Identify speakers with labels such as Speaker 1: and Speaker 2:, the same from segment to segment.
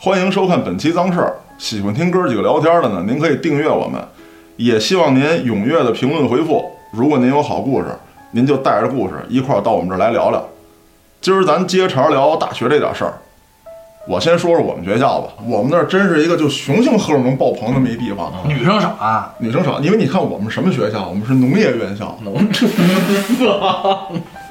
Speaker 1: 欢迎收看本期脏事儿。喜欢听哥几个聊天的呢，您可以订阅我们，也希望您踊跃的评论回复。如果您有好故事，您就带着故事一块儿到我们这儿来聊聊。今儿咱接茬聊大学这点事儿。我先说说我们学校吧，我们那儿真是一个就雄性荷尔蒙爆棚那么一地方，
Speaker 2: 女生少啊，
Speaker 1: 女生少。因为你看我们什么学校，我们是农业院校，
Speaker 2: 农村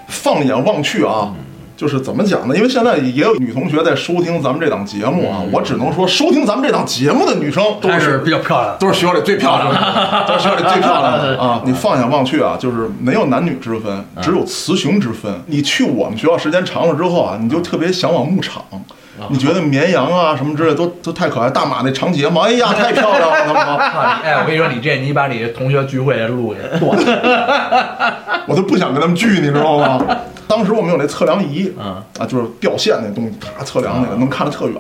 Speaker 1: 放眼望去啊，就是怎么讲呢？因为现在也有女同学在收听咱们这档节目啊，我只能说，收听咱们这档节目的女生都
Speaker 2: 还是
Speaker 1: 是
Speaker 2: 比较漂亮的。
Speaker 1: 都是学校里最漂亮的， 都是学校里最漂亮的啊！你放眼望去啊，就是没有男女之分，只有雌雄之分。你去我们学校时间长了之后啊，你就特别向往牧场。你觉得绵羊啊什么之类都都太可爱，大马那长睫毛，哎呀太漂亮了，他们说
Speaker 2: 啊你哎，我跟你说，你这你把你同学聚会的录给断了，
Speaker 1: 我都不想跟他们聚，你知道吗？ 当时我们有那测量仪，
Speaker 2: 嗯
Speaker 1: 啊，就是掉线那东西，咔测量那个，能看得特远。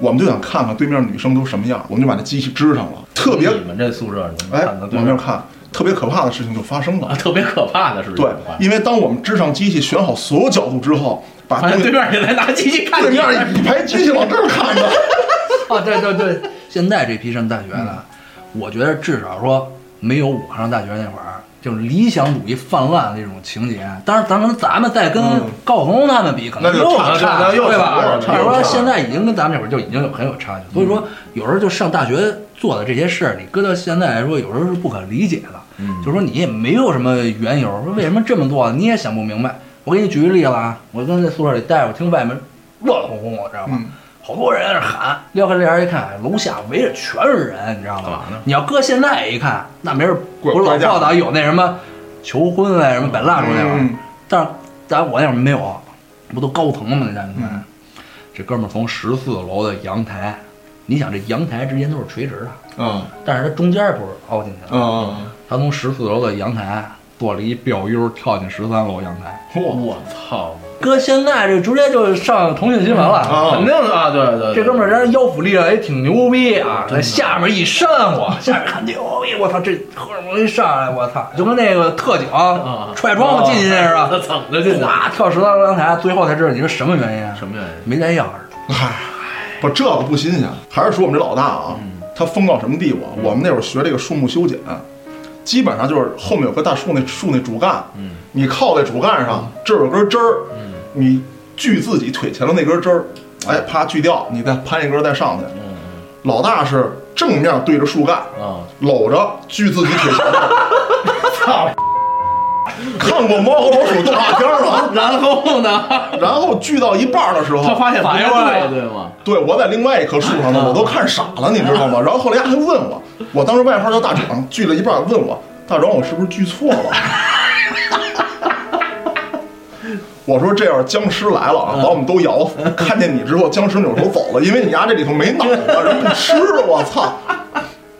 Speaker 1: 我们就想看看对面女生都什么样，我们就把那机器支上了，特别
Speaker 3: 你们这宿舍能
Speaker 1: 哎，
Speaker 3: 看得
Speaker 1: 往
Speaker 3: 对
Speaker 1: 那儿嗯看，特别可怕的事情就发生
Speaker 3: 啊，
Speaker 1: 了。
Speaker 3: 特别可怕的是
Speaker 1: 对，
Speaker 3: 发
Speaker 1: 因为当我们支上机器，选好所有角度之后，把东
Speaker 3: 现对
Speaker 1: 西
Speaker 3: 面也来拿机器看
Speaker 1: 对
Speaker 3: 你，
Speaker 1: 面一排机器往这儿看 的，
Speaker 2: 啊，对对对，现在这批上大学的，我觉得至少说没有我上大学那会儿，就是理想主义泛滥的这种情节。当然，咱们咱们再跟
Speaker 1: 嗯
Speaker 2: 高晓松他们比，可能
Speaker 1: 那就
Speaker 2: 又
Speaker 1: 差
Speaker 2: 差
Speaker 1: 那
Speaker 2: 了，
Speaker 1: 又
Speaker 2: 对
Speaker 1: 差
Speaker 2: 吧
Speaker 1: 了？
Speaker 2: 但是
Speaker 1: 差
Speaker 2: 说
Speaker 1: 了嗯
Speaker 2: 现在已经跟咱们那会儿就已经有很有差距，所以说有时候就上大学做的这些事儿，你搁到现在来说，有时候是不可理解的。
Speaker 1: 嗯
Speaker 2: 就是说你也没有什么缘由，说为什么这么做，你也想不明白。我给你举个例子啊，我跟在宿舍里待着，我听外面乱哄哄，我知道吗？
Speaker 1: 嗯
Speaker 2: 好多人在那喊，撩开帘儿一看，楼下围着全是人，你知道
Speaker 3: 干
Speaker 2: 吗
Speaker 3: 嘛呢？
Speaker 2: 你要搁现在一看，那没人儿，
Speaker 1: 怪
Speaker 2: 不是老
Speaker 1: 怪架
Speaker 2: 报道有那什么求婚啊，什么摆蜡烛那会儿，
Speaker 1: 嗯
Speaker 2: 但是咱我那会儿没有，不都高层了吗？那咱们、这哥们儿从十四楼的阳台，你想这阳台之间都是垂直的，
Speaker 1: 啊
Speaker 2: 但是它中间儿不是凹进去的，
Speaker 1: 啊啊！
Speaker 2: 他从十四楼的阳台做了一吊悠，跳进十三楼阳台。
Speaker 1: 嚯，
Speaker 3: 我操，
Speaker 2: 搁现在这直接就上腾讯新闻了。
Speaker 1: 啊
Speaker 3: 肯定的啊，对对，对
Speaker 2: 这哥们儿人家腰腹力量也挺牛逼啊，在下面一扇我， 下面看牛逼，我操，这荷尔蒙一上来，我操，就跟那个特警
Speaker 3: 啊
Speaker 2: 踹窗户进去似
Speaker 3: 啊他
Speaker 2: 的，
Speaker 3: 怎么着进去？
Speaker 2: 哗呃跳十三楼阳台，最后才知道你是什么原因啊，
Speaker 3: 什么原因？
Speaker 2: 没带钥匙。
Speaker 1: 哎不，这个不新鲜。还是说我们这老大啊，
Speaker 3: 嗯
Speaker 1: 他疯到什么地步啊？我们那会儿学这个树木修剪，基本上就是后面有棵大树，那树那主干，
Speaker 3: 嗯
Speaker 1: 你靠在主干上，这儿有根枝儿，你锯自己腿前头那根枝儿，哎，啪锯掉，你再攀一根儿再上去。
Speaker 3: 嗯
Speaker 1: 老大是正面对着树干，
Speaker 3: 啊，
Speaker 1: 搂着锯自己腿前头。 操！看过《猫和老鼠》动画片儿吗？
Speaker 3: 然后呢？
Speaker 1: 然后锯到一半儿的时候，
Speaker 3: 他发现不
Speaker 2: 反应过来
Speaker 3: 对
Speaker 2: 了
Speaker 3: 对吗？
Speaker 1: 对，我在另外一棵树上呢，我都看傻了，你知道 吗？然后后来丫还问我，我当时外号叫大壮，锯了一半，问我大壮，我是不是锯错了？ 我说这要是僵尸来了啊，把我们都咬死。看见你之后，僵尸扭头走了，因为你丫这里头没脑子，人家吃了，我操！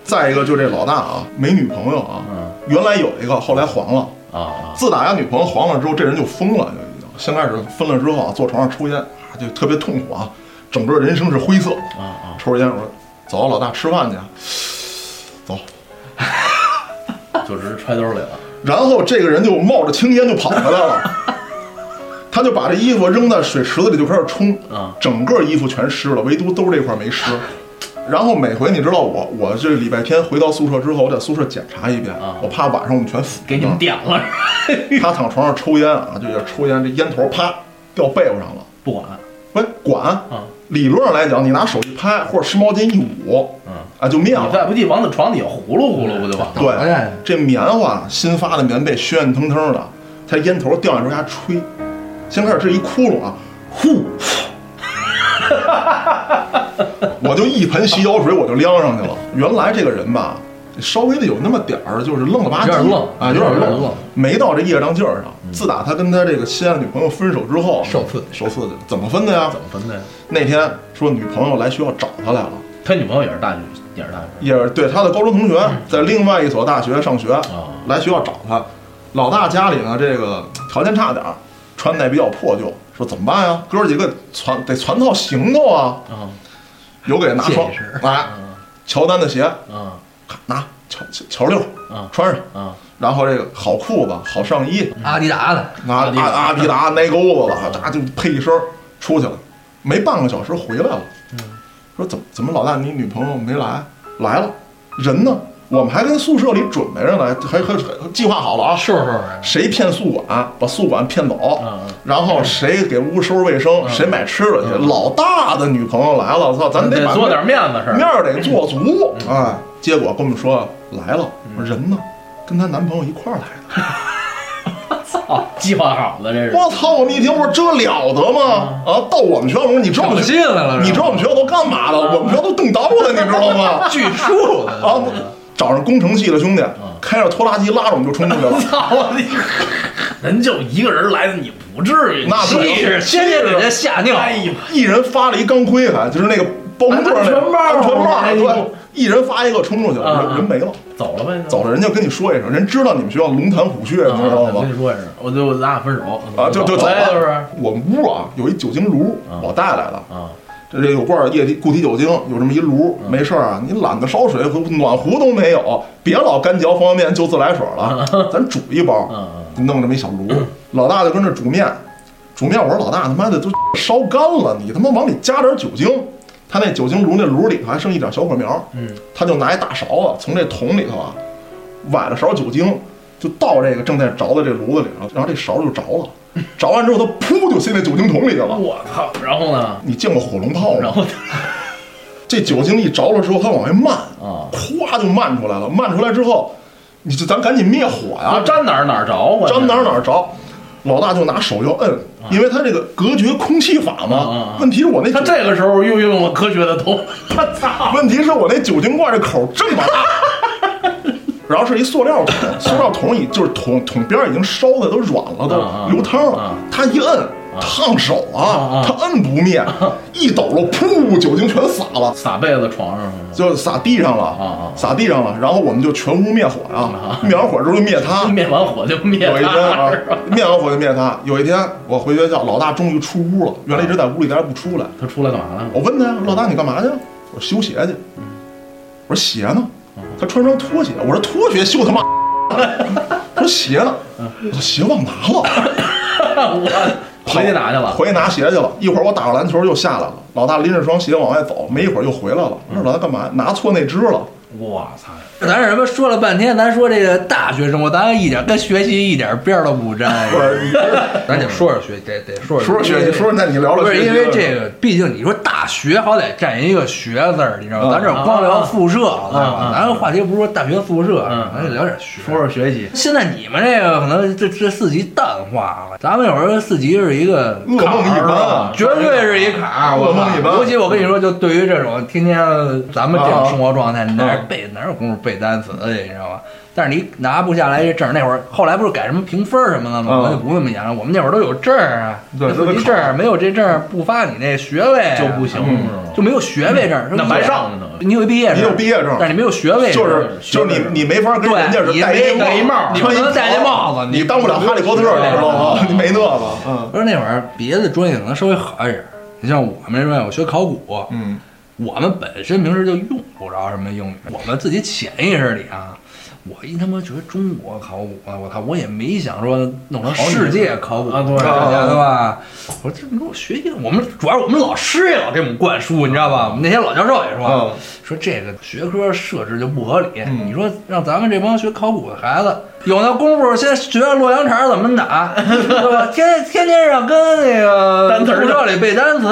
Speaker 1: 再一个就这老大啊，没女朋友啊，原来有一个，后来黄了。
Speaker 3: 啊，
Speaker 1: 自打丫女朋友黄了之后，这人就疯了，就已经。先开始分了之后啊，坐床上抽烟，啊，就特别痛苦啊，整个人生是灰色。啊
Speaker 3: 啊！
Speaker 1: 抽着烟，我说：“走，老大吃饭去。”啊走。
Speaker 3: 就直接揣兜里了。
Speaker 1: 然后这个人就冒着青烟就跑回来 了，他就把这衣服扔在水池子里就开始冲
Speaker 3: 啊，
Speaker 1: 整个衣服全湿了，唯独兜这块没 湿。然后每回你知道我，我这礼拜天回到宿舍之后，我在宿舍检查一遍，我怕晚上我们全死。
Speaker 3: 啊给你们点了，
Speaker 1: 他躺床上抽烟啊，就也抽烟，这烟头啪掉被窝上了。
Speaker 3: 不管，
Speaker 1: 喂，管
Speaker 3: 啊
Speaker 1: 理论上来讲，你拿手一拍或者湿毛巾一捂，
Speaker 3: 嗯
Speaker 1: 啊就灭
Speaker 3: 你
Speaker 1: 了。
Speaker 3: 再不济往那床底下呼噜呼噜不就完了？
Speaker 2: 哎
Speaker 1: 对
Speaker 2: 呀，
Speaker 1: 这棉花新发的棉被暄暄腾腾的，它烟头掉下来之后还吹，先开始这一窟窿啊，呼，我就一盆洗脚水我就晾上去了。原来这个人吧，稍微的有那么点儿，就是愣了吧唧，
Speaker 2: 有点愣
Speaker 1: 啊，有点
Speaker 2: 有点
Speaker 1: 愣
Speaker 2: 愣，
Speaker 1: 没到这业障劲儿上。自打他跟他这个心爱的女朋友分手之后，
Speaker 2: 受刺激
Speaker 1: 受刺激，怎么分的呀？
Speaker 3: 怎么分的呀？
Speaker 1: 那天说女朋友来学校找他来了，
Speaker 3: 他女朋友也是大学，也是大学
Speaker 1: 也是对他的高中同学，在另外一所大学上
Speaker 2: 啊
Speaker 1: 学，
Speaker 3: 啊
Speaker 1: 来学校找他。老大家里呢，这个条件差点儿，穿戴比较破旧，说怎么办呀？哥几个攒得攒套行头啊，
Speaker 3: 啊
Speaker 1: 有给拿双
Speaker 2: 见识
Speaker 1: 来乔丹的鞋，
Speaker 3: 啊
Speaker 1: 咔拿乔乔乔六
Speaker 3: 啊
Speaker 1: 穿上，
Speaker 3: 啊！
Speaker 1: 然后这个好裤子、好上衣，
Speaker 2: 阿迪达的，
Speaker 1: 拿阿阿迪达挨钩子了，这就配一身儿出去了，没半个小时回来了。说怎么怎么老大你女朋友没来？来了，人呢？我们还跟宿舍里准备着呢，还还还计划好了啊，
Speaker 2: 是不是？
Speaker 1: 谁骗宿管，把宿管骗走
Speaker 3: 嗯嗯，
Speaker 1: 然后谁给屋收拾卫生，谁买吃的去。老大的女朋友来了，操，咱得
Speaker 3: 得
Speaker 1: 把
Speaker 3: 做点面子事
Speaker 1: 面
Speaker 3: 儿。
Speaker 1: 儿
Speaker 3: 嗯
Speaker 1: 得做足。哎，结果跟我们说来了，我说人呢？跟她男朋友一块儿来的。
Speaker 3: 操，计划好的这是。嗯
Speaker 1: 我操！我们一听，我说这了得吗？啊，到我们学校时候，你知道我
Speaker 2: 长
Speaker 1: 们学
Speaker 2: 进来了，
Speaker 1: 你知道我们学校都干嘛的？我们学校都动刀的，你知道吗？
Speaker 2: 巨树的
Speaker 1: 啊，找上工程系的兄弟，
Speaker 3: 嗯
Speaker 1: 开着拖拉机拉着我们就冲出去 了。
Speaker 3: 操你！人就一个人来的，你不至于。
Speaker 1: 那不
Speaker 2: 气势，天天给人吓尿。
Speaker 3: 哎呦，
Speaker 1: 一人发了一钢盔，还就是那个包工队儿那
Speaker 3: 安全帽儿
Speaker 1: 安全帽儿
Speaker 3: 哎呦
Speaker 1: 对，一人发一个冲出去了，
Speaker 3: 嗯
Speaker 1: 人
Speaker 3: 嗯
Speaker 1: 人没了，
Speaker 3: 走了呗，
Speaker 1: 走了，人家跟你说一声，人知道你们学校龙潭虎穴，
Speaker 3: 啊。
Speaker 1: 你知道
Speaker 3: 我
Speaker 1: 吗
Speaker 3: 跟？你说一声，我就咱俩分手
Speaker 1: 啊，就就走
Speaker 3: 呗
Speaker 1: 了，
Speaker 3: 是不是？啊
Speaker 1: 我们屋啊有一酒精炉，老带来的，
Speaker 3: 啊
Speaker 1: 这这有罐儿液体固体酒精，有这么一炉，没事儿啊，你懒得烧水，和暖壶都没有，别老干嚼方便面就自来水了，咱煮一包，
Speaker 3: 啊！
Speaker 1: 弄这么一小炉，老大就跟这煮面，煮面我说老大他妈的都烧干了，你他妈往里加点酒精，他那酒精炉那炉里头还剩一点小火苗，
Speaker 3: 嗯，
Speaker 1: 他就拿一大勺子从这桶里头啊崴了勺酒精，就倒这个正在着的这炉子里头，然后这勺就着了，着完之后他噗就塞那酒精桶里去了。
Speaker 3: 我操！然后呢？
Speaker 1: 你见过火龙炮
Speaker 3: 然
Speaker 1: 吗？
Speaker 3: 后
Speaker 1: 这酒精一着了之后，它往外漫，
Speaker 3: 啊
Speaker 1: 咵就漫出来了。漫出来之后，你就咱赶紧灭火呀
Speaker 3: 啊，！粘哪儿哪儿着啊？
Speaker 1: 粘哪儿哪儿着，老大就拿手要摁，因为他这个隔绝空气法
Speaker 3: 啊啊
Speaker 1: 嘛
Speaker 3: 啊。
Speaker 1: 问题是我那
Speaker 3: 他这个时候又用了科学的头，我操！
Speaker 1: 问题是我那酒精罐这口这 么大，然后是一塑料桶，塑料桶已就是桶桶边儿已经烧的都软了，
Speaker 3: 啊啊
Speaker 1: 都流汤了
Speaker 3: 啊。
Speaker 1: 他一摁烫手
Speaker 3: 啊
Speaker 1: 啊
Speaker 3: 啊，
Speaker 1: 他摁不灭，一抖了，噗，酒精全洒了。
Speaker 3: 撒被子床上 了
Speaker 1: 就撒地上
Speaker 3: 啊
Speaker 1: 了
Speaker 3: 啊，
Speaker 1: 撒地上了，然后我们就全屋灭火啊！灭完火之后就灭他，
Speaker 3: 灭完火就灭
Speaker 1: 有一天
Speaker 3: 他
Speaker 1: 啊
Speaker 3: 是吧？，
Speaker 1: 灭完火就灭他。有一天我回学校，老大终于出屋了，原来一直在屋里待着不出来。
Speaker 3: 他出来干嘛呢？
Speaker 1: 我问他，老大你干嘛去？我说修鞋去。我说鞋呢？他穿双拖鞋。我说拖鞋修他妈。 他说鞋呢？我说鞋忘拿了，
Speaker 3: 我回去拿去了。
Speaker 1: 回去拿鞋去了。一会儿我打个篮球又下来了，老大拎着双鞋往外走，没一会儿又回来了。我说老大干嘛？拿错那只了。
Speaker 3: 我操！
Speaker 2: 咱什么说了半天，咱说这个大学生活，咱一点跟学习一点边儿都不沾。
Speaker 1: 我说你
Speaker 2: 咱得说说学，得得说
Speaker 1: 说说学习，说说那你聊聊
Speaker 2: 不
Speaker 1: 学
Speaker 2: 是
Speaker 1: 习
Speaker 2: 因为这个，毕竟你说大学好歹占一个学字儿，你知道
Speaker 1: 嗯
Speaker 2: 吗？咱这光聊宿舍，对吧
Speaker 3: 嗯？嗯
Speaker 2: 咱话题不是说大学宿舍啊
Speaker 3: 嗯，
Speaker 2: 咱得聊点学。
Speaker 3: 说说学习，
Speaker 2: 现在你们这个可能这这四级淡化了，咱们有时候四级是一个
Speaker 1: 噩梦一般啊。
Speaker 2: 绝对是一坎儿，我
Speaker 1: 噩啊梦一般啊
Speaker 2: 尤其我跟你说，就对于这种天天咱们这种生活状态，你哪儿背哪有功夫背单词去，你知道吗？但是你拿不下来这证儿，那会儿后来不是改什么评分儿什么的吗？
Speaker 1: 嗯
Speaker 2: 我就不那么严了，我们那会儿都有证儿啊，
Speaker 1: 对
Speaker 2: 有一证儿没有这证儿不发你那学位啊
Speaker 3: 就不行
Speaker 1: 嗯
Speaker 3: 是吗？
Speaker 2: 就没有学位证儿，
Speaker 3: 那
Speaker 2: 是不
Speaker 3: 白
Speaker 2: 是
Speaker 3: 上了呢
Speaker 2: 你有一毕业证，
Speaker 1: 你有毕业证
Speaker 2: 但是你没有学位证
Speaker 1: 就
Speaker 2: 儿，
Speaker 1: 是
Speaker 3: 学
Speaker 1: 就是
Speaker 3: 的
Speaker 1: 你
Speaker 3: 是
Speaker 1: 你没法跟
Speaker 2: 对
Speaker 1: 人家是
Speaker 2: 你
Speaker 1: 戴
Speaker 2: 没
Speaker 3: 戴一帽
Speaker 2: 你
Speaker 1: 穿
Speaker 2: 不能
Speaker 1: 袍
Speaker 2: 戴一帽子你
Speaker 1: 你当不了哈利波特，你知道吗？你没那个，嗯
Speaker 2: 而那会儿别的专业可能稍微好一点儿，你像我们这专业，我学考古，
Speaker 1: 嗯，
Speaker 2: 我们本身平时就用不着什么英语，我们自己潜意识里啊，我一他妈觉得中国考古啊，我操，我也没想说弄成世界考古
Speaker 3: 啊对
Speaker 2: 对
Speaker 1: 啊
Speaker 2: 吧？我说这你给我学一个，我们主要是我们老师也老给我们灌输，你知道吧？我们那些老教授也说、
Speaker 1: 嗯
Speaker 2: 说这个学科设置就不合理，
Speaker 1: 嗯
Speaker 2: 你说让咱们这帮学考古的孩子有那功夫，先学洛阳铲怎 么打，对吧？天天天让跟那个
Speaker 3: 单词儿
Speaker 2: 宿舍里背单词，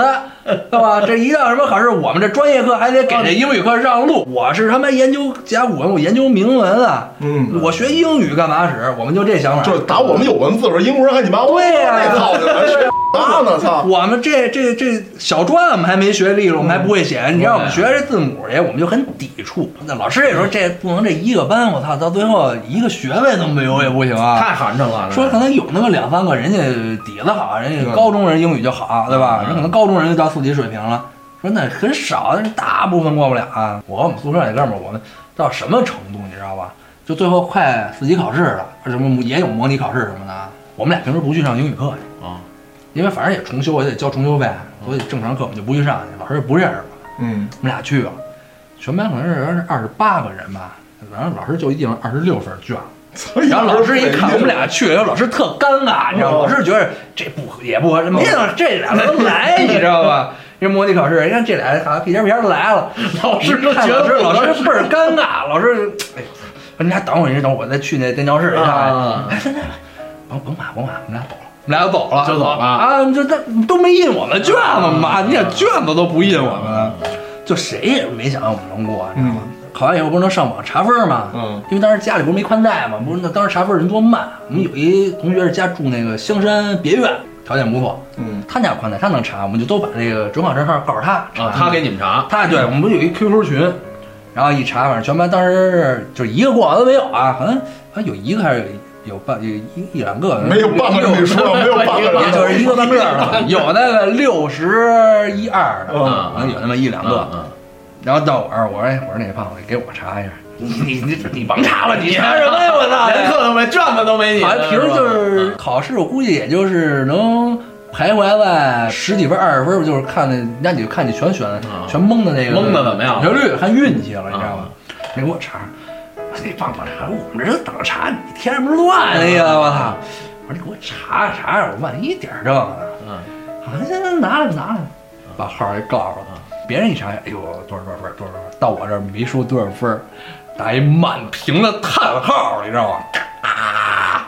Speaker 2: 对吧？这一到什么考试，我们这专业课还得给这英语课让路。我是他妈研究甲骨文，我研究铭文啊，
Speaker 1: 嗯
Speaker 2: 我学英语干嘛使？我们就这想法，
Speaker 1: 啊就是打我们有文字的时候，英国人还你妈
Speaker 2: 对呀
Speaker 1: 那啊套的，还学啥呢？操！
Speaker 2: 我们这这这小篆我们还没学利落，我们还不会写。你让我们学这字母去，我们就很抵触。那老师也说这不能这一个班，我操，到最后一个学位都没有也不行啊。
Speaker 3: 太寒碜了。
Speaker 2: 说可能有那么两三个，人家底子好，人家高中人英语就好，对吧？人可能高中人就到四级水平了。说那很少，但是大部分过不了啊。我和我们宿舍那哥们儿，我们到什么程度你知道吧？就最后快四级考试了，什么也有模拟考试什么的啊，我们俩平时不去上英语课去。
Speaker 3: 啊，
Speaker 2: 因为反正也重修，我也得交重修费，所以正常课我们就不去上去，老师也不认识我，
Speaker 1: 嗯，
Speaker 2: 我们俩去了，全班可能是二十八个人吧，反正老师就一定二十六份卷。然后老师一 看我们俩去，然后老师特尴尬，你知道吗？
Speaker 1: 哦
Speaker 2: 老师觉得这不合也不合适，没想到这俩人能来，你知道吧？因为模拟考试，人家这俩啊屁颠屁颠的来了，
Speaker 3: 老师都
Speaker 2: 看
Speaker 3: 觉得
Speaker 2: 老师
Speaker 3: 我
Speaker 2: 老师倍儿尴尬，老师，哎呦，说你俩等我一等，我再去那电教室一趟
Speaker 3: 啊。
Speaker 2: 哎，来来来，甭甭管甭管，我们俩走了。我们俩走了，
Speaker 3: 就走了
Speaker 2: 啊！就这都没印我们卷子
Speaker 3: 啊
Speaker 2: 嘛，你想卷子都不印我们，就谁也没想到我们能过，你知道吗？考完以后不是能上网查分吗？
Speaker 1: 嗯，
Speaker 2: 因为当时家里不是没宽带嘛，不是那当时查分人多慢。我们有一同学是家住那个香山别院，条件不错，
Speaker 1: 嗯，
Speaker 2: 他家宽带他能查，我们就都把这个准考证号告诉他查
Speaker 3: 啊，他给你们查，
Speaker 2: 他对我们不是有一 QQ 群，然后一查，反正全班当时是就是一个过完的没有啊，好像好像有一个还是有有半有一一两个，
Speaker 1: 没有半个人跟你说，没有半个
Speaker 2: 也
Speaker 1: 人。
Speaker 2: 就是一个半个的，有那个六十一二的，
Speaker 1: 嗯
Speaker 2: 可能有那么一两个。
Speaker 3: 嗯
Speaker 2: 然后到我这儿，我说哎，我说那胖子给我查一下，你你你你甭查啊了，你查什么呀？我操！
Speaker 3: 连课都没，卷子都没你的。
Speaker 2: 好像平时就是考试，我估计也就是能徘徊在十几分、二十分，就是看那，那你就看你全选
Speaker 3: 啊
Speaker 2: 全蒙的那个
Speaker 3: 蒙的怎么样
Speaker 2: 准确率看运气了，你知道
Speaker 3: 啊？
Speaker 2: 吗你给我查，我说你帮我查，我们这都等着查，你天什么乱那个，哎我操！我说你给我查查，我万一点儿正啊呢？
Speaker 3: 嗯，
Speaker 2: 好像现在拿来拿来，把号儿给告诉了。别人一查，哎呦，多少多少分儿，多少分儿，到我这儿没说多少分儿，打一满屏的叹号，你知道吗？啊，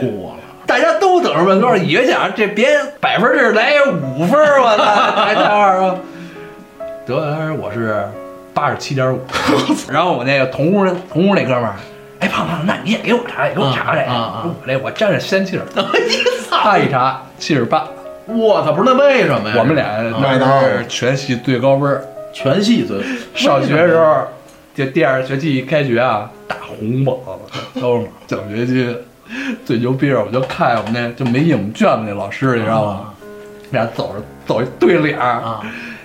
Speaker 3: 嗯过 了。
Speaker 2: 大家都等着问多少，以为想这别百分儿这来五分儿，我操，还这样啊？得当时我是八十七点五， 然后我那个同屋同屋那哥们儿，哎胖胖，那你也给我查，也给我查查，
Speaker 3: 啊啊啊
Speaker 2: 我这我沾着仙气儿，他一查七十八，
Speaker 3: 我操，不是那为什么呀？
Speaker 2: 我们俩
Speaker 1: 麦当劳
Speaker 2: 那是全系最高分儿。
Speaker 3: 全系最
Speaker 2: 上学的时候，就第二学期一开学啊，大红榜，都是奖学金。最牛逼的，我就看我们那就没印我们卷子那老师，你知道吗？俩走着走一对脸儿，
Speaker 3: 啊，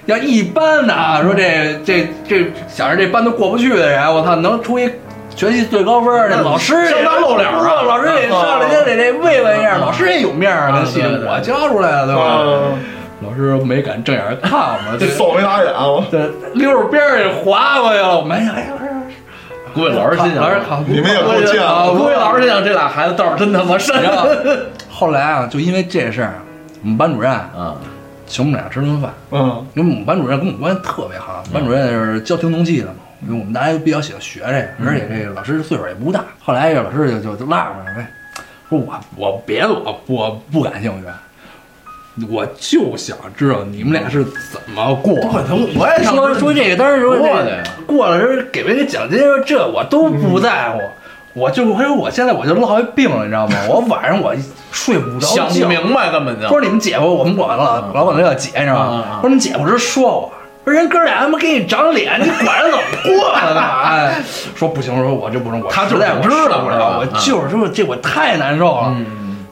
Speaker 2: 要一般的啊，说这这这想着这班都过不去的人，我操，能出一全系最高分儿，那老师也
Speaker 3: 相当露脸儿啊
Speaker 2: 老师也上来先得这慰问一下，老师也有面儿，跟系
Speaker 3: 啊对对
Speaker 2: 我教出来的，对吧？
Speaker 1: 啊，
Speaker 2: 老师没敢正眼儿看我 们，
Speaker 1: 这
Speaker 2: 这
Speaker 1: 扫眉打眼啊！
Speaker 2: 这溜着边儿也划过去了，我们想，哎呀，
Speaker 3: 估计老师心想，
Speaker 2: 老师考
Speaker 1: 你们也够贱啊
Speaker 2: 啊！
Speaker 3: 估计
Speaker 2: 我也
Speaker 3: 老师心想，这俩孩子道儿真他妈深。
Speaker 2: 然后后来啊，就因为这事儿，我们班主任
Speaker 3: 啊，
Speaker 2: 请我们俩吃顿饭，
Speaker 1: 嗯，
Speaker 2: 因为我们班主任跟我们关系特别好，班主任是教听农技的嘛，因为我们大家比较喜欢学这个，而且这个老师岁数也不大。后来这老师就就就拉着我说，哎，说我我别的我我不感兴趣，我就想知道你们俩是怎么过的。
Speaker 3: 我也
Speaker 2: 说说这个，当时说这
Speaker 3: 过的呀
Speaker 2: 过了时候给那个奖金，说这我都不在乎，我就我说我现在我就落一病了，你知道吗？我晚上我睡不着
Speaker 3: 想不
Speaker 2: 觉，
Speaker 3: 明白，根本就
Speaker 2: 不是你们姐夫，我们管老老管他叫姐，你知道
Speaker 3: 啊啊啊
Speaker 2: 吗
Speaker 3: 啊？
Speaker 2: 不是你姐夫直说我。说人哥俩他妈给你长脸，你管人怎么过 了呢？哎，说不行，说我这不能，我
Speaker 3: 他
Speaker 2: 实
Speaker 3: 就是
Speaker 2: 在我
Speaker 3: 知道
Speaker 2: 受不了，
Speaker 3: 啊嗯
Speaker 2: 我就是说这我太难受了。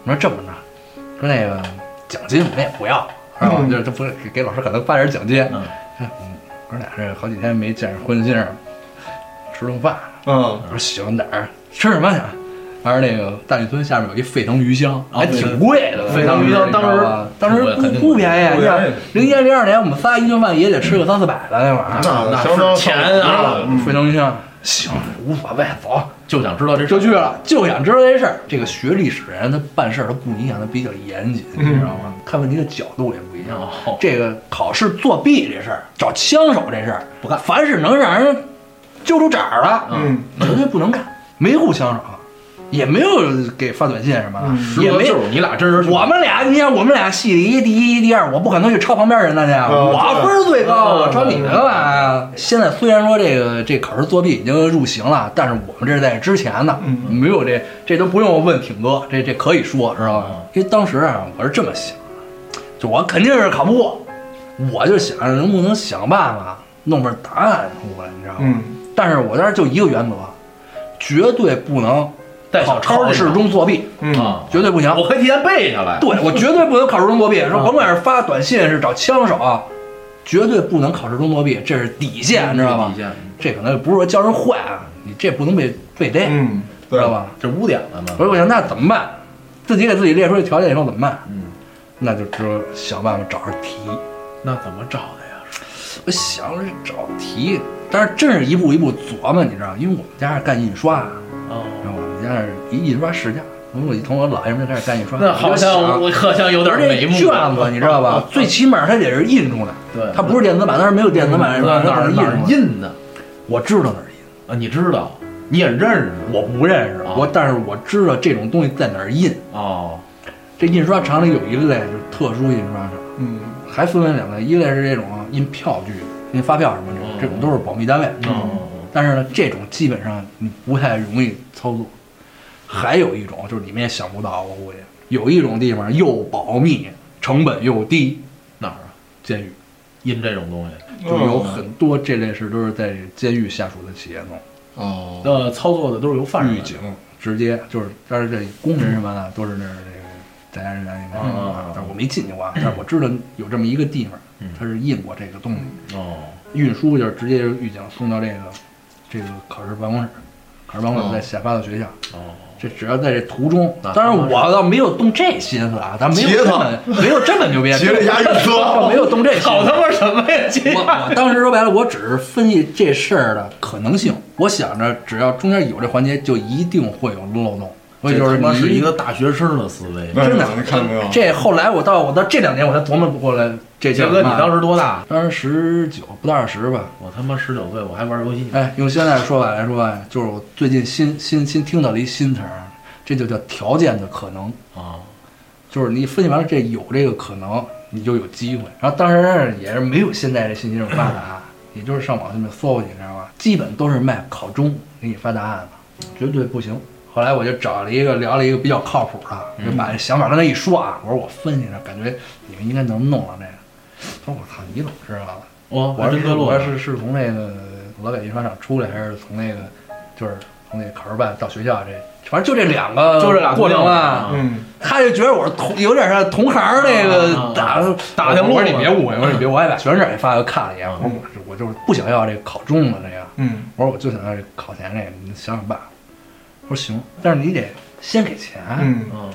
Speaker 2: 我说这么着，说那个奖金我们也不要，是吧？
Speaker 1: 嗯
Speaker 2: 这这不是给老师可能发点奖金。
Speaker 3: 嗯
Speaker 2: 哎我们哥俩这好几天没见着荤腥儿，吃顿饭。
Speaker 1: 嗯，
Speaker 2: 我说行，哪儿吃什么去？还是那个大绿村下面有一沸腾鱼香，
Speaker 3: 哦
Speaker 2: 还挺贵的。
Speaker 3: 沸腾鱼香
Speaker 2: 当
Speaker 3: 当时
Speaker 2: 当时
Speaker 3: 肯定
Speaker 2: 不不便宜，
Speaker 1: 不
Speaker 2: 你
Speaker 1: 便宜
Speaker 2: 看零一年、零二年我们仨一顿饭也得吃个三四百的那玩意儿。啊
Speaker 1: 那
Speaker 3: 那
Speaker 1: 相当
Speaker 3: 是钱啊
Speaker 1: 嗯
Speaker 2: 沸腾鱼香，行，无所谓，走
Speaker 3: 就想知道这事
Speaker 2: 就去了，就想知道这事儿。这个学历史的人他办事儿他不一样，他比较严谨，你知道
Speaker 3: 嗯
Speaker 2: 吗？看问题的角度也不一样。
Speaker 3: 哦
Speaker 2: 这个考试作弊这事儿，找枪手这事儿，不干，凡是能让人揪出爪儿的，
Speaker 1: 嗯，
Speaker 2: 绝对不能干，没互相手，也没有给发短信什么的，也
Speaker 3: 说
Speaker 2: 没
Speaker 3: 就是你俩真人
Speaker 2: 我们俩，你想我们俩系里第一、第二，我不可能去抄旁边人的去，我分儿最高，啊我抄你的吧。啊现在虽然说这个这考试作弊已经入刑了，但是我们这是在之前呢，没有这这都不用问挺哥，这这可以说知道吗？因为当时啊，我是这么想的，就我肯定是考不过，我就想着能不能想办法弄份答案出来，你知道吗？
Speaker 1: 嗯，
Speaker 2: 但是我当时就一个原则，绝对不能
Speaker 3: 带
Speaker 2: 考
Speaker 3: 小抄
Speaker 2: 考
Speaker 3: 去
Speaker 2: 试中作弊，
Speaker 1: 嗯，
Speaker 3: 啊，
Speaker 2: 绝对不行。
Speaker 3: 我可以提前背下来。
Speaker 2: 对我绝对不能考试中作
Speaker 1: 嗯
Speaker 2: 弊，说甭管是发短信是找枪手啊，绝对不能考试中作弊，这是底线，你知道吗
Speaker 3: 底？
Speaker 1: 嗯
Speaker 3: 线
Speaker 2: 这可能不是说教人坏啊，你这不能被被逮，
Speaker 1: 嗯，
Speaker 2: 知
Speaker 1: 对
Speaker 2: 道？吧？
Speaker 3: 这污点了嘛？
Speaker 2: 我说我想那怎么办？自己给自己列出这条件以后怎么办？
Speaker 3: 嗯，
Speaker 2: 那就只有想办法找着题。
Speaker 3: 那怎么找的呀？
Speaker 2: 我想着找题，但是真是一步一步琢磨，你知道，因为我们家是干印刷啊，
Speaker 3: 哦，
Speaker 2: 然后我们家是一印刷世家，我从我姥爷那开始干印刷，
Speaker 3: 那好像
Speaker 2: 我就想
Speaker 3: 我好像有点
Speaker 2: 而
Speaker 3: 眉
Speaker 2: 且
Speaker 3: 目。哦
Speaker 2: 卷子你知 道吧？最起码它得是印出来，
Speaker 3: 对嗯
Speaker 2: 它不是电子版，当时没有电子版，
Speaker 3: 那哪
Speaker 2: 它
Speaker 3: 儿
Speaker 2: 是
Speaker 3: 哪
Speaker 2: 印
Speaker 3: 儿
Speaker 2: 出来的？
Speaker 3: 印的
Speaker 2: 我知道哪儿印，
Speaker 3: 啊？你知道？你也认识？
Speaker 2: 我不认识，
Speaker 3: 啊
Speaker 2: 我但是我知道这种东西在哪儿印。
Speaker 3: 哦，
Speaker 2: 这印刷厂里有一类就是特殊印刷厂，
Speaker 1: 嗯，
Speaker 2: 还分为两类，一类是这种印票据、印发票什么这种
Speaker 3: 嗯，
Speaker 2: 这种都是保密单位。
Speaker 3: 嗯，
Speaker 2: 但是呢，这种基本上你不太容易操作。还有一种就是你们也想不到，我估计有一种地方又保密，成本又低，
Speaker 3: 哪儿啊？
Speaker 2: 监狱
Speaker 3: 印这种东西，
Speaker 2: 就有
Speaker 3: 哦
Speaker 1: 嗯
Speaker 2: 很多这类事都是在监狱下属的企业弄，
Speaker 1: 哦，
Speaker 3: 呃，操作的都是由犯人
Speaker 2: 狱
Speaker 3: 来
Speaker 2: 警直接就是，但是这工人什么的都是那儿这个在家人员里面
Speaker 3: 嗯嗯嗯，
Speaker 2: 但是我没进去过啊，但是我知道有这么一个地方
Speaker 3: 嗯，
Speaker 2: 它是印过这个东西，
Speaker 3: 的哦，
Speaker 2: 运输就是直接就是狱警送到这个这个考试办公室，考试办公室再下发到学校。
Speaker 3: 哦，
Speaker 2: 这只要在这途中，
Speaker 3: 嗯啊
Speaker 2: 当然我倒没有动这心思啊，咱没有
Speaker 1: 结
Speaker 2: 这
Speaker 1: 他
Speaker 2: 么没有这么牛逼，啊
Speaker 1: 杰
Speaker 2: 真
Speaker 1: 里
Speaker 2: 的
Speaker 1: 押运
Speaker 2: 我没
Speaker 1: 车，
Speaker 2: 有动这心 思。
Speaker 3: 好他妈什么呀？这
Speaker 2: 我我当时说白了，我只是分析这事儿的可能性，我想着只要中间有这环节，就一定会有漏洞。所以就
Speaker 3: 这
Speaker 2: 是
Speaker 3: 他妈
Speaker 2: 你
Speaker 3: 是一个嗯大学生的思维。
Speaker 2: 真的
Speaker 1: 哎你看到没有？
Speaker 2: 这后来我到我到这两年我才琢磨过来这
Speaker 3: 杰
Speaker 2: 叫
Speaker 3: 哥，
Speaker 2: 什
Speaker 3: 你
Speaker 2: 么
Speaker 3: 当时多大？
Speaker 2: 当时十九不到二十吧，
Speaker 3: 啊我他妈十九岁，我还玩游戏呢。
Speaker 2: 哎，用现在的说法来说吧，就是我最近新新新听到了一新词儿，这就叫条件的可能，
Speaker 3: 啊，
Speaker 2: 就是你分析完了这有这个可能，你就有机会。然后当然也是没有现在这信息这么发达，啊也就是上网上面搜去，你知道吧？基本都是卖考中给你发答案的，绝对不行。后来我就找了一个聊了一个比较靠谱的，就把这想法跟他一说啊，我说我分析着，感觉你们应该能弄上这个。他说我操，你怎么知道的？
Speaker 3: 我
Speaker 2: 我
Speaker 3: 哦还
Speaker 2: 是
Speaker 3: 真得落
Speaker 2: 我。是是从那个老北印刷厂出来，还是从那个就是从那个考试办到学校这，反正就这两个
Speaker 3: 就这俩
Speaker 2: 过程
Speaker 3: 途
Speaker 2: 啊。
Speaker 3: 径
Speaker 1: 嗯，
Speaker 2: 他就觉得我是同有点像同行
Speaker 3: 啊啊
Speaker 2: 那个
Speaker 3: 啊
Speaker 2: 打
Speaker 3: 打听路嗯
Speaker 2: 我
Speaker 3: 嘛
Speaker 2: 说你别误会，我说你别误会，我还把学生证也发给看了一眼，我说我我就是不想要这个考中的这个，
Speaker 1: 嗯，
Speaker 2: 我说我就想要这考前这个，你想想办法。我说行，但是你得先给钱。
Speaker 1: 嗯，
Speaker 3: 嗯，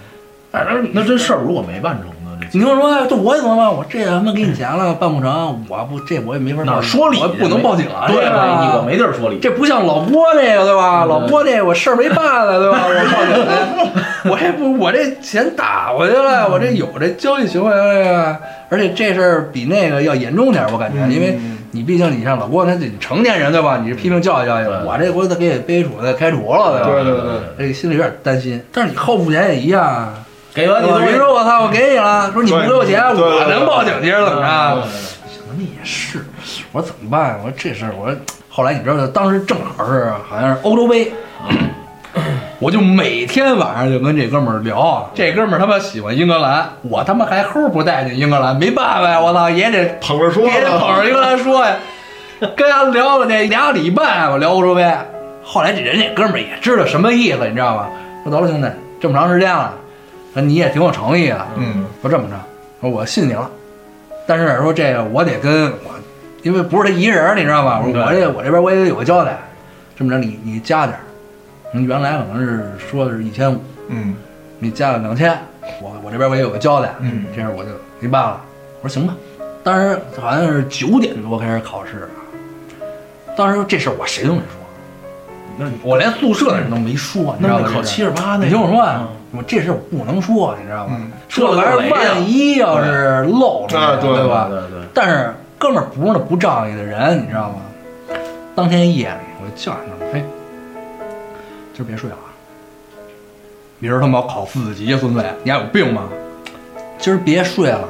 Speaker 2: 反正
Speaker 3: 那这事儿如果没办成呢？这
Speaker 2: 你跟我说，这我也怎么办？我这他妈给你钱了，办不成，我不这我也没法
Speaker 3: 哪
Speaker 2: 办
Speaker 3: 儿说理去？
Speaker 2: 我不能报警啊！
Speaker 3: 对，
Speaker 2: 这个
Speaker 3: 你我没地儿说理。
Speaker 2: 这不像老郭那个对吧？老郭那个我事儿没办了对吧？我报警去，我这不我这钱打过去了，我这有这交易行为了呀。而且这事儿比那个要严重点儿，我感觉，
Speaker 1: 嗯
Speaker 2: 因为你毕竟你像老郭他你成年人对吧？你是批评教育教育
Speaker 3: 对，
Speaker 2: 我这我得给背处的开除了
Speaker 1: 对
Speaker 2: 对吧？
Speaker 1: 对对，
Speaker 2: 这心里有点担心，但是你后付钱也一样啊。
Speaker 3: 给完你
Speaker 2: 人
Speaker 3: 东
Speaker 2: 说我操，我给你了，说你不给我钱，
Speaker 1: 对对对
Speaker 2: 我能报警去是怎么着？
Speaker 3: 西，
Speaker 2: 想那也是，我说怎么办？我说这事儿，我说后来你知道，当时正好是好像是欧洲杯，我就每天晚上就跟这哥们儿聊啊，这哥们儿他妈喜欢英格兰，我他妈还齁不待见英格兰，没办法呀，我操也得
Speaker 1: 捧着说
Speaker 2: 也得捧
Speaker 1: 呢，
Speaker 2: 着英格兰说呀，跟他聊了那俩礼拜，啊我聊欧洲杯，后来这人这哥们儿也知道什么意思，你知道吗？说得了兄弟，这么长时间了，说你也挺有诚意啊，
Speaker 1: 嗯，
Speaker 2: 说这么着，说我信你了，但是说这个我得跟我，因为不是他一人儿，你知道吧？我
Speaker 3: 嗯对
Speaker 2: 我这我这边我也有个交代，这么着你你加点儿，你原来可能是说的是一千五，
Speaker 1: 嗯，
Speaker 2: 你加了两千，我我这边我也有个交代，
Speaker 1: 嗯
Speaker 2: 这样我就没办法了。我说行吧，当时好像是九点多开始考试啊，当时这事儿我谁都没说，
Speaker 3: 那你
Speaker 2: 我连宿舍的人都没说，你知道
Speaker 3: 那
Speaker 2: 吗？
Speaker 3: 考七十八那个，
Speaker 2: 你听我说
Speaker 3: 嗯
Speaker 2: 啊，我这事儿我不能说，你知道吗
Speaker 1: 嗯？
Speaker 2: 这玩意儿万一要是漏
Speaker 1: 啊
Speaker 2: 了，
Speaker 1: 对
Speaker 2: 对吧？
Speaker 3: 对对，
Speaker 2: 但是哥们儿不是那不仗义的人，你知道吗？当天夜里我就叫上他们，哎，今儿别睡了啊，明儿他妈考四级，孙子，你还有病吗？今儿别睡了。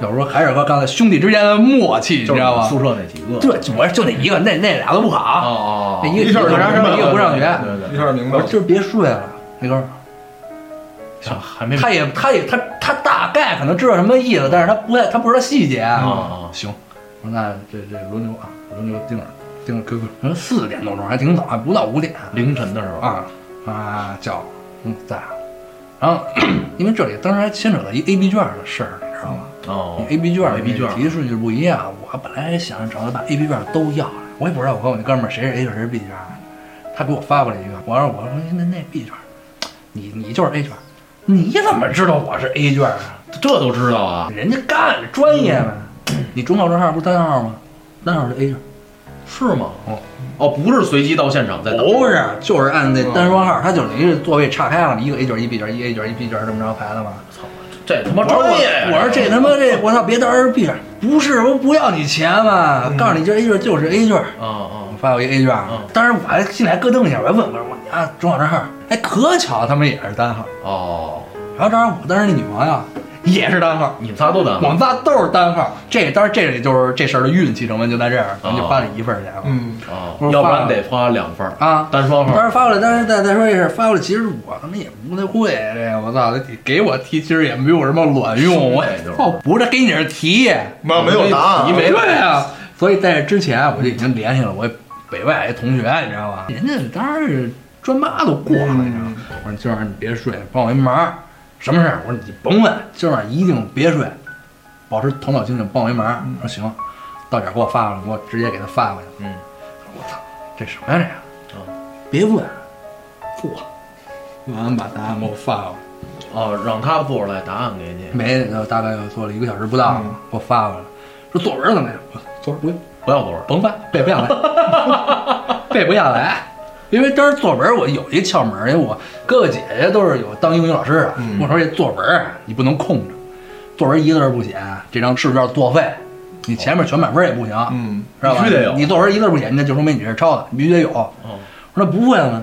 Speaker 2: 要说还是和刚才兄弟之间的默契，你
Speaker 3: 就是
Speaker 2: 知道吗
Speaker 3: 宿？舍那几个，
Speaker 2: 对，我就那一个，那那俩都不考，
Speaker 3: 哦
Speaker 2: 那一个
Speaker 1: 一下就
Speaker 2: 不上
Speaker 1: 明白
Speaker 2: 上，
Speaker 1: 了
Speaker 2: 一个不上学。
Speaker 3: 对
Speaker 1: 一
Speaker 3: 对
Speaker 1: 下嗯明白
Speaker 2: 我说
Speaker 1: 了，
Speaker 2: 今儿别睡了，那哥们儿。
Speaker 3: 对，还没
Speaker 2: 他也他也他他大概可能知道什么意思，但是他不太他不知道细节
Speaker 3: 啊啊
Speaker 2: 行，我说那这这轮流啊，轮流盯着盯着 QQ，可能四点多钟还挺早，啊还不到五点
Speaker 3: 凌晨的时候，
Speaker 2: 啊啊叫，嗯在啊，然后 因为这里当时还牵扯到一 A B 卷的事儿，你知道吗？
Speaker 3: 哦
Speaker 2: A B 卷儿
Speaker 3: A B 卷儿
Speaker 2: 题顺序不一样。我本来想找他把 A B 卷儿都要来，我也不知道我跟我那哥们儿谁是 A 卷儿谁是 B 卷儿，他给我发过来一个，我说我说那那 B 卷儿，你你就是 A 卷儿，你怎么知道我是 A 卷儿啊？
Speaker 3: 这都知道啊，
Speaker 2: 人家干专业呗，你中考证号不是单号吗？单号是 A 卷儿，
Speaker 3: 是吗？
Speaker 2: 哦
Speaker 3: 哦，不是随机到现场再打，
Speaker 2: 不是，就是按那单双号，它就等于是座位岔开了，你一个 A 角一 B 角一 A 角一 B 角这么着排的嘛。
Speaker 3: 这他妈
Speaker 2: 我说
Speaker 3: 专业呀！
Speaker 2: 啊我说这他妈这我操，别到时候 B 角不是，我不要你钱嘛，告诉你这 A 卷就是 A 卷。
Speaker 3: 啊啊
Speaker 2: 我，发我一 A 卷
Speaker 3: 嗯，
Speaker 2: 当时我还进来咯噔一下，我还问我说我啊中号单号，哎可巧他们也是单号，
Speaker 3: 哦，
Speaker 2: 然后正好我当时那女朋友也是单号，
Speaker 3: 你们仨都打
Speaker 2: 我，们仨都是单号，这当然这里就是这事儿的运气成分就在这儿，咱们
Speaker 3: 哦
Speaker 2: 就发了一份儿钱了。
Speaker 1: 嗯，
Speaker 3: 啊
Speaker 2: 我，说
Speaker 3: 要不
Speaker 2: 发
Speaker 3: 然得发两份儿
Speaker 2: 啊
Speaker 3: 单双
Speaker 2: 当
Speaker 3: 号
Speaker 2: 时发过来，当时再再说一声，发过来，其实我他妈也无那会，这个我操，给我提其实也没有什么卵用，我
Speaker 3: 是就是
Speaker 2: 操，不是给你是提，
Speaker 1: 没没有答案，
Speaker 3: 你没
Speaker 2: 对啊，所以在这之前啊我就已经联系了我北外一同学，你知道吧？人家当时专八都过了，你知道吗？我说今晚你别睡，帮我一忙，什么事儿？我说你甭问，今晚一定别睡，保持头脑清醒，帮我一忙。我说行，到点儿给我发过来，给我直接给他发过去。
Speaker 3: 嗯，
Speaker 2: 我操，这什么呀这个？别问，做。嗯完了把答案给我发过来，
Speaker 3: 哦，让他做出来答案给你，
Speaker 2: 没就大概又做了一个小时不到，给我发过来了，说作文怎么样？我说作文不用。
Speaker 3: 不要多少，
Speaker 2: 甭翻，背不下来，背不下来。因为当时作文我有一窍门儿，因为我哥哥姐姐都是有当英语老师的，
Speaker 3: 嗯
Speaker 2: 跟我说这作文啊你不能空着，作文一个字儿不写，这张试卷作废，你前面全满分也不行，
Speaker 1: 嗯，
Speaker 2: 知道吧？
Speaker 3: 必须得有
Speaker 2: 你作文一个字儿不写，那就说明你是抄的，你必须得有。
Speaker 3: 哦，
Speaker 2: 我说那不会了吗？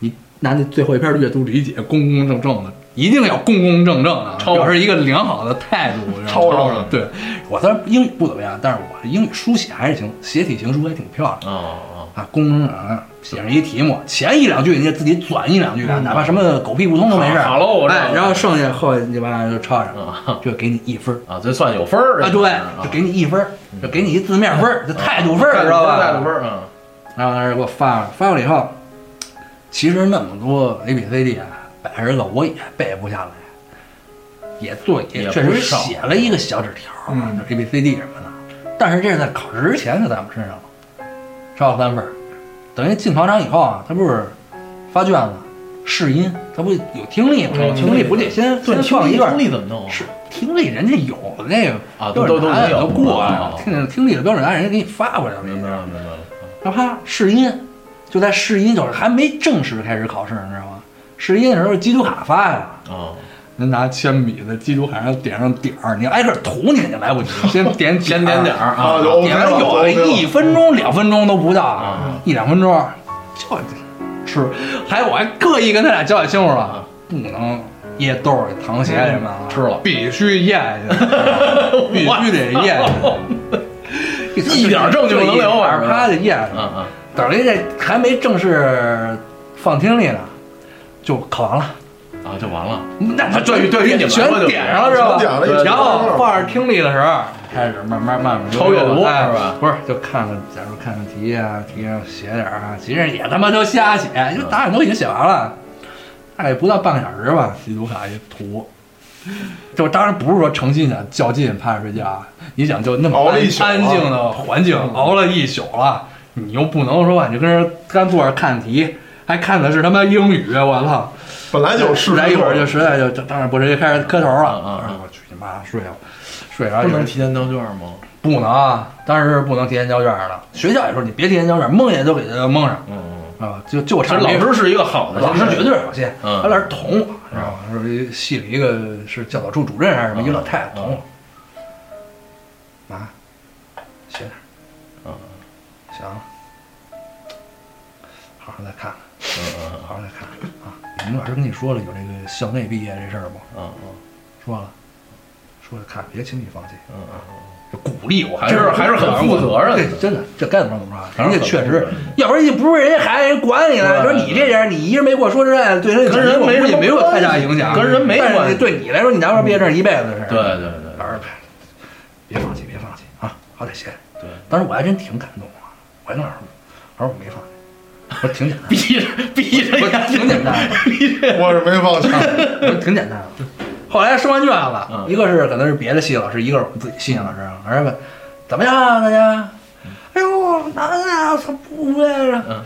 Speaker 2: 你拿那最后一篇阅读理解，公公正正的，一定要公公正正的，
Speaker 3: 抄
Speaker 2: 表示一个良好的态度。然
Speaker 1: 抄
Speaker 2: 后
Speaker 1: 上了
Speaker 2: 嗯对我虽然英语不怎么样，但是我英语书写还是行，写体型书还挺漂亮的。
Speaker 3: 哦
Speaker 2: 啊，公公正正写上一题目，前一两句你就自己转一两句啊，哪怕什么狗屁不通都没事。
Speaker 3: 好好嗯喽我知道
Speaker 2: 哎，然后剩下后你把就抄上
Speaker 3: 哦，，啊
Speaker 2: 这给你一分儿
Speaker 3: 啊，这算有分儿啊
Speaker 2: 啊，
Speaker 3: 嗯
Speaker 2: 对，就给你一分儿，就给你一字面分儿，就态度分儿，知道吧？
Speaker 3: 态度分儿啊，
Speaker 2: 然后当时给我发了，发过来以后，其实那么多 A B C D 啊，百十个我也背不下来，也做
Speaker 3: 也不
Speaker 2: 确实
Speaker 3: 少
Speaker 2: 写了一个小纸条儿啊
Speaker 1: 嗯，
Speaker 2: 就 A B C D 什么的。但是这是在考试之前就在我们身上了，抄了三份儿，等于进考场以后啊，他不是发卷子试音，他不有听力吗？
Speaker 1: 嗯
Speaker 2: 听力不得先先放一段
Speaker 3: 听力怎么弄啊？
Speaker 2: 是听力人家有那个
Speaker 3: 啊都
Speaker 2: 标准
Speaker 3: 都
Speaker 2: 答案
Speaker 3: 都有
Speaker 2: 都过
Speaker 3: 啊
Speaker 2: 了，听听力的标准答案人家给你发过来了，
Speaker 3: 明白了，明白了，
Speaker 2: 然后他试音，就在试音，就是还没正式开始考试，你知道吗？试音的时候，基础卡发呀，
Speaker 3: 啊，
Speaker 2: 您拿铅笔在基础卡上点上点儿，你挨个涂，你肯定来不及，先点
Speaker 3: 先点点儿啊
Speaker 1: 啊，就 OK
Speaker 2: 点
Speaker 1: 了
Speaker 2: 了有
Speaker 1: ，OK 了
Speaker 2: 一分钟、两分钟都不到，
Speaker 3: 啊
Speaker 2: 一两分钟就吃，还我还刻意跟他俩交代清楚了，啊不能掖兜里、淌鞋里面啊、
Speaker 3: 吃了
Speaker 2: 必须咽下去， 必须得咽下去，
Speaker 3: 一点证据不能留
Speaker 2: 一点啪就咽下去
Speaker 3: 啊啊，
Speaker 2: 等于这还没正式放听力呢，就考完了。
Speaker 3: 啊，就完了，
Speaker 2: 那他
Speaker 3: 对于对于你们
Speaker 2: 全
Speaker 3: 来说就
Speaker 2: 点上了是吧？
Speaker 1: 全点了一
Speaker 2: 然
Speaker 1: 圈儿
Speaker 2: 后放着听力的时候，开始慢慢慢慢
Speaker 3: 超越多
Speaker 2: 哎
Speaker 3: 是吧
Speaker 2: 不是，就看看，假如看看题啊，题上写点儿啊，其实也他妈都瞎写，就答案都已经写完了，大概不到半个小时吧，习读卡一涂。就当然不是说诚心想较劲，趴着睡觉啊。你想就那么
Speaker 1: 熬了
Speaker 2: 安
Speaker 1: 一宿啊
Speaker 2: 安静的环境，熬了一宿了，你又不能说你就跟人干坐着看题，还看的是他妈英语，我操！
Speaker 1: 本来就有试
Speaker 2: 来
Speaker 1: 试
Speaker 2: 一会儿就实在就，当然不是就开始磕头了。啊
Speaker 3: 嗯嗯嗯
Speaker 2: 我去你妈，睡吧，睡着
Speaker 3: 不
Speaker 2: 有
Speaker 3: 能提前交卷吗？
Speaker 2: 不能啊，当然是不能提前交卷了。学校也说你别提前交卷，蒙也都给他蒙上
Speaker 3: 嗯，
Speaker 2: 啊，就就
Speaker 3: 这
Speaker 2: 差
Speaker 3: 老
Speaker 2: 没
Speaker 3: 师是一个好的
Speaker 2: 老师绝对是好心，
Speaker 3: 嗯
Speaker 2: 他老师捅我，知道吗？说一系里一个是教导处主任还是什么，
Speaker 3: 嗯
Speaker 2: 一个老太太捅我，嗯妈，学点儿
Speaker 3: 嗯，
Speaker 2: 行，好好再看看。
Speaker 3: 嗯
Speaker 2: 好好再看看啊！你们老师跟你说了有这个校内毕业这事儿吗？
Speaker 3: 嗯嗯
Speaker 2: 说了，说了，看别轻易放弃，
Speaker 3: 嗯嗯，
Speaker 2: 就鼓励我，
Speaker 3: 还是还是很负责任的
Speaker 2: 对，真的，这该怎么着怎么着，人家确
Speaker 3: 还是很负责
Speaker 2: 实
Speaker 3: 任，
Speaker 2: 要不然也不是人家孩子人管你了。
Speaker 3: 对
Speaker 2: 说你这样，你一人没过，说实在的，对人
Speaker 3: 跟人没什么
Speaker 2: 也没有太大影响，
Speaker 3: 跟人没
Speaker 2: 但是
Speaker 3: 关系
Speaker 2: 对你来说，你拿不着毕业证一辈子是。
Speaker 3: 对对对
Speaker 2: 老师，别放弃，别放弃啊！好歹写。
Speaker 3: 对，
Speaker 2: 当时我还真挺感动啊，我还跟老师说，老师我没放弃，我说挺简单 的，
Speaker 3: 逼着逼着
Speaker 2: 我说挺简单的。
Speaker 1: 我是没放弃。
Speaker 2: 啊挺简单的。后来收完卷
Speaker 3: 嗯
Speaker 2: 子，一个是可能是别的系老师，一个是我们自己系老师，老师问怎么样啊大家？哎呦难啊，我操不会
Speaker 3: 嗯
Speaker 2: 啊，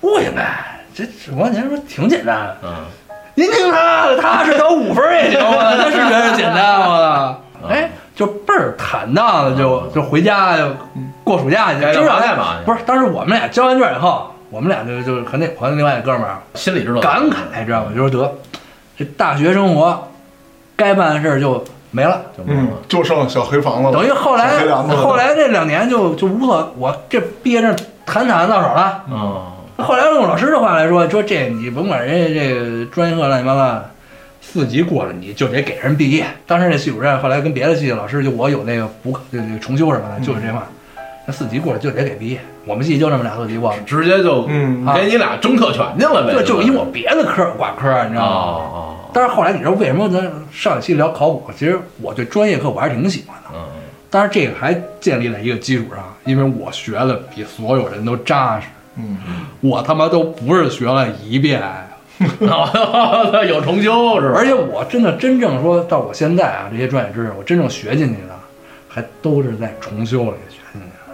Speaker 2: 不明白。这指光年说挺简单的，
Speaker 3: 嗯，嗯
Speaker 2: 您听他的，他是考五分儿也行啊，他是觉得简单我操。哎，就嘣倍儿坦荡的就就回家就过暑假去，
Speaker 3: 该干嘛干嘛去
Speaker 2: 不是，当时我们俩交完卷以后，我们俩就就和那和另外那哥们儿
Speaker 3: 心里知道
Speaker 2: 感慨，知道吗？就说得这大学生活该办的事儿就没了。
Speaker 3: 就没
Speaker 1: 嗯
Speaker 3: 了，，
Speaker 1: 就剩小黑房子了，
Speaker 2: 等于后
Speaker 1: 小黑哦
Speaker 2: 来
Speaker 1: 梁子了
Speaker 2: 后来这两年就就无所我这毕业证坦坦到手了。
Speaker 3: 嗯，
Speaker 2: 后来用老师的话来说，说这你甭管人家这个专业课乱七八糟，四级过了你就得给人毕业。当时那系主任后来跟别的系老师就我有那个补就就重修什么的，就是这话，那四级过了就得给毕业。我们系就这么俩四级过了，
Speaker 3: 直接就
Speaker 1: 嗯
Speaker 3: 给你俩争特权去了呗，
Speaker 2: 对，就因为我别的科儿挂科儿，你知
Speaker 3: 啊
Speaker 2: 道
Speaker 3: 啊，
Speaker 2: 吗？但是后来你知道为什么咱上一期聊考古，其实我对专业课我还是挺喜欢的。
Speaker 3: 嗯
Speaker 2: 当然，这个还建立在一个基础上，因为我学的比所有人都扎实，
Speaker 1: 嗯，
Speaker 2: 我他妈都不是学了一遍，
Speaker 3: 嗯，有重修是吧？
Speaker 2: 而且我真的真正说到我现在啊，这些专业知识我真正学进去的，还都是在重修里学进去的，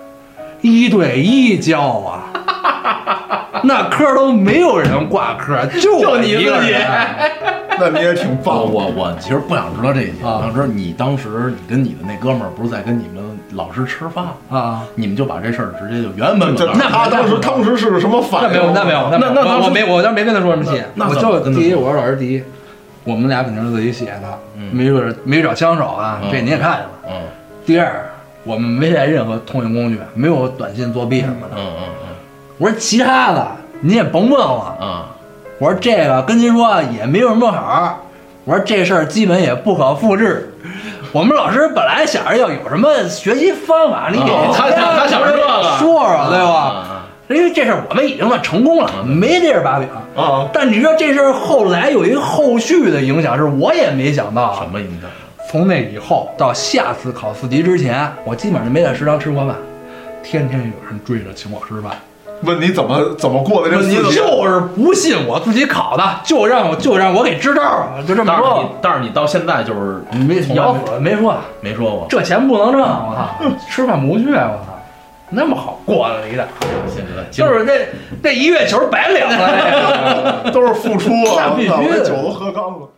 Speaker 2: 一对一教啊， 那科都没有人挂科，就我
Speaker 3: 就你
Speaker 2: 一个
Speaker 3: 自己
Speaker 2: 人，
Speaker 1: 那你也挺
Speaker 3: 我
Speaker 1: 棒，
Speaker 3: 我我其实不想知道这些，
Speaker 2: 啊
Speaker 3: 我想知道你当时你跟你的那哥们儿不是在跟你们老师吃饭吗，
Speaker 2: 啊。
Speaker 3: 你们就把这事儿直接就原本
Speaker 1: 这
Speaker 3: 本
Speaker 2: 那
Speaker 1: 他当时当时是个什么反
Speaker 2: 那
Speaker 1: 应？
Speaker 2: 没有，那没有，
Speaker 3: 那
Speaker 2: 没有
Speaker 3: 那
Speaker 2: 我
Speaker 3: 当时
Speaker 2: 我没我当时没跟他说什么戏，
Speaker 3: 那那
Speaker 2: 我
Speaker 3: 怎么
Speaker 2: 就
Speaker 3: 跟他
Speaker 2: 第一
Speaker 3: 说
Speaker 2: 我是老师第一，我们俩肯定是自己写的，
Speaker 3: 嗯
Speaker 2: 没准没找枪手啊，
Speaker 3: 嗯
Speaker 2: 这你也看见了。
Speaker 3: 嗯
Speaker 2: 第二，我们没带任何通用工具，没有短信作弊什么的。
Speaker 3: 嗯嗯
Speaker 2: 我说其他的你也甭问我
Speaker 3: 嗯，嗯，
Speaker 2: 我说这个跟您说啊也没有什么好，我说这事儿基本也不可复制。我们老师本来想着要有什么学习方法，你给
Speaker 3: 哦他想他想
Speaker 2: 着
Speaker 3: 这个
Speaker 2: 说说对
Speaker 3: 嗯嗯
Speaker 2: 吧？因为这事儿我们已经算成功了，没地儿把柄。
Speaker 1: 啊，
Speaker 2: 但你知道这事儿后来有一个后续的影响，是我也没想到
Speaker 3: 什
Speaker 2: 啊。
Speaker 3: 么影响？
Speaker 2: 从那以后到下次考四级之前，我基本上就没在食堂吃过饭，天天有人追着请我吃饭。
Speaker 1: 问你怎么怎么过的这
Speaker 2: 你
Speaker 1: 四级？
Speaker 2: 就是不信我自己考的，就让我就让我给支招儿，就这么
Speaker 3: 但是你
Speaker 2: 说。
Speaker 3: 但是你到现在就是
Speaker 2: 没
Speaker 3: 从来
Speaker 2: 咬死了没说，
Speaker 3: 没说过，
Speaker 2: 这钱不能挣，我操，吃饭不去，我操，那么好过了一代，
Speaker 3: 现在就
Speaker 2: 就是这这一月球白领了。这个
Speaker 1: 都是付出啊！
Speaker 2: 那必须
Speaker 1: 我 操我这
Speaker 2: 的
Speaker 1: 酒都喝干了。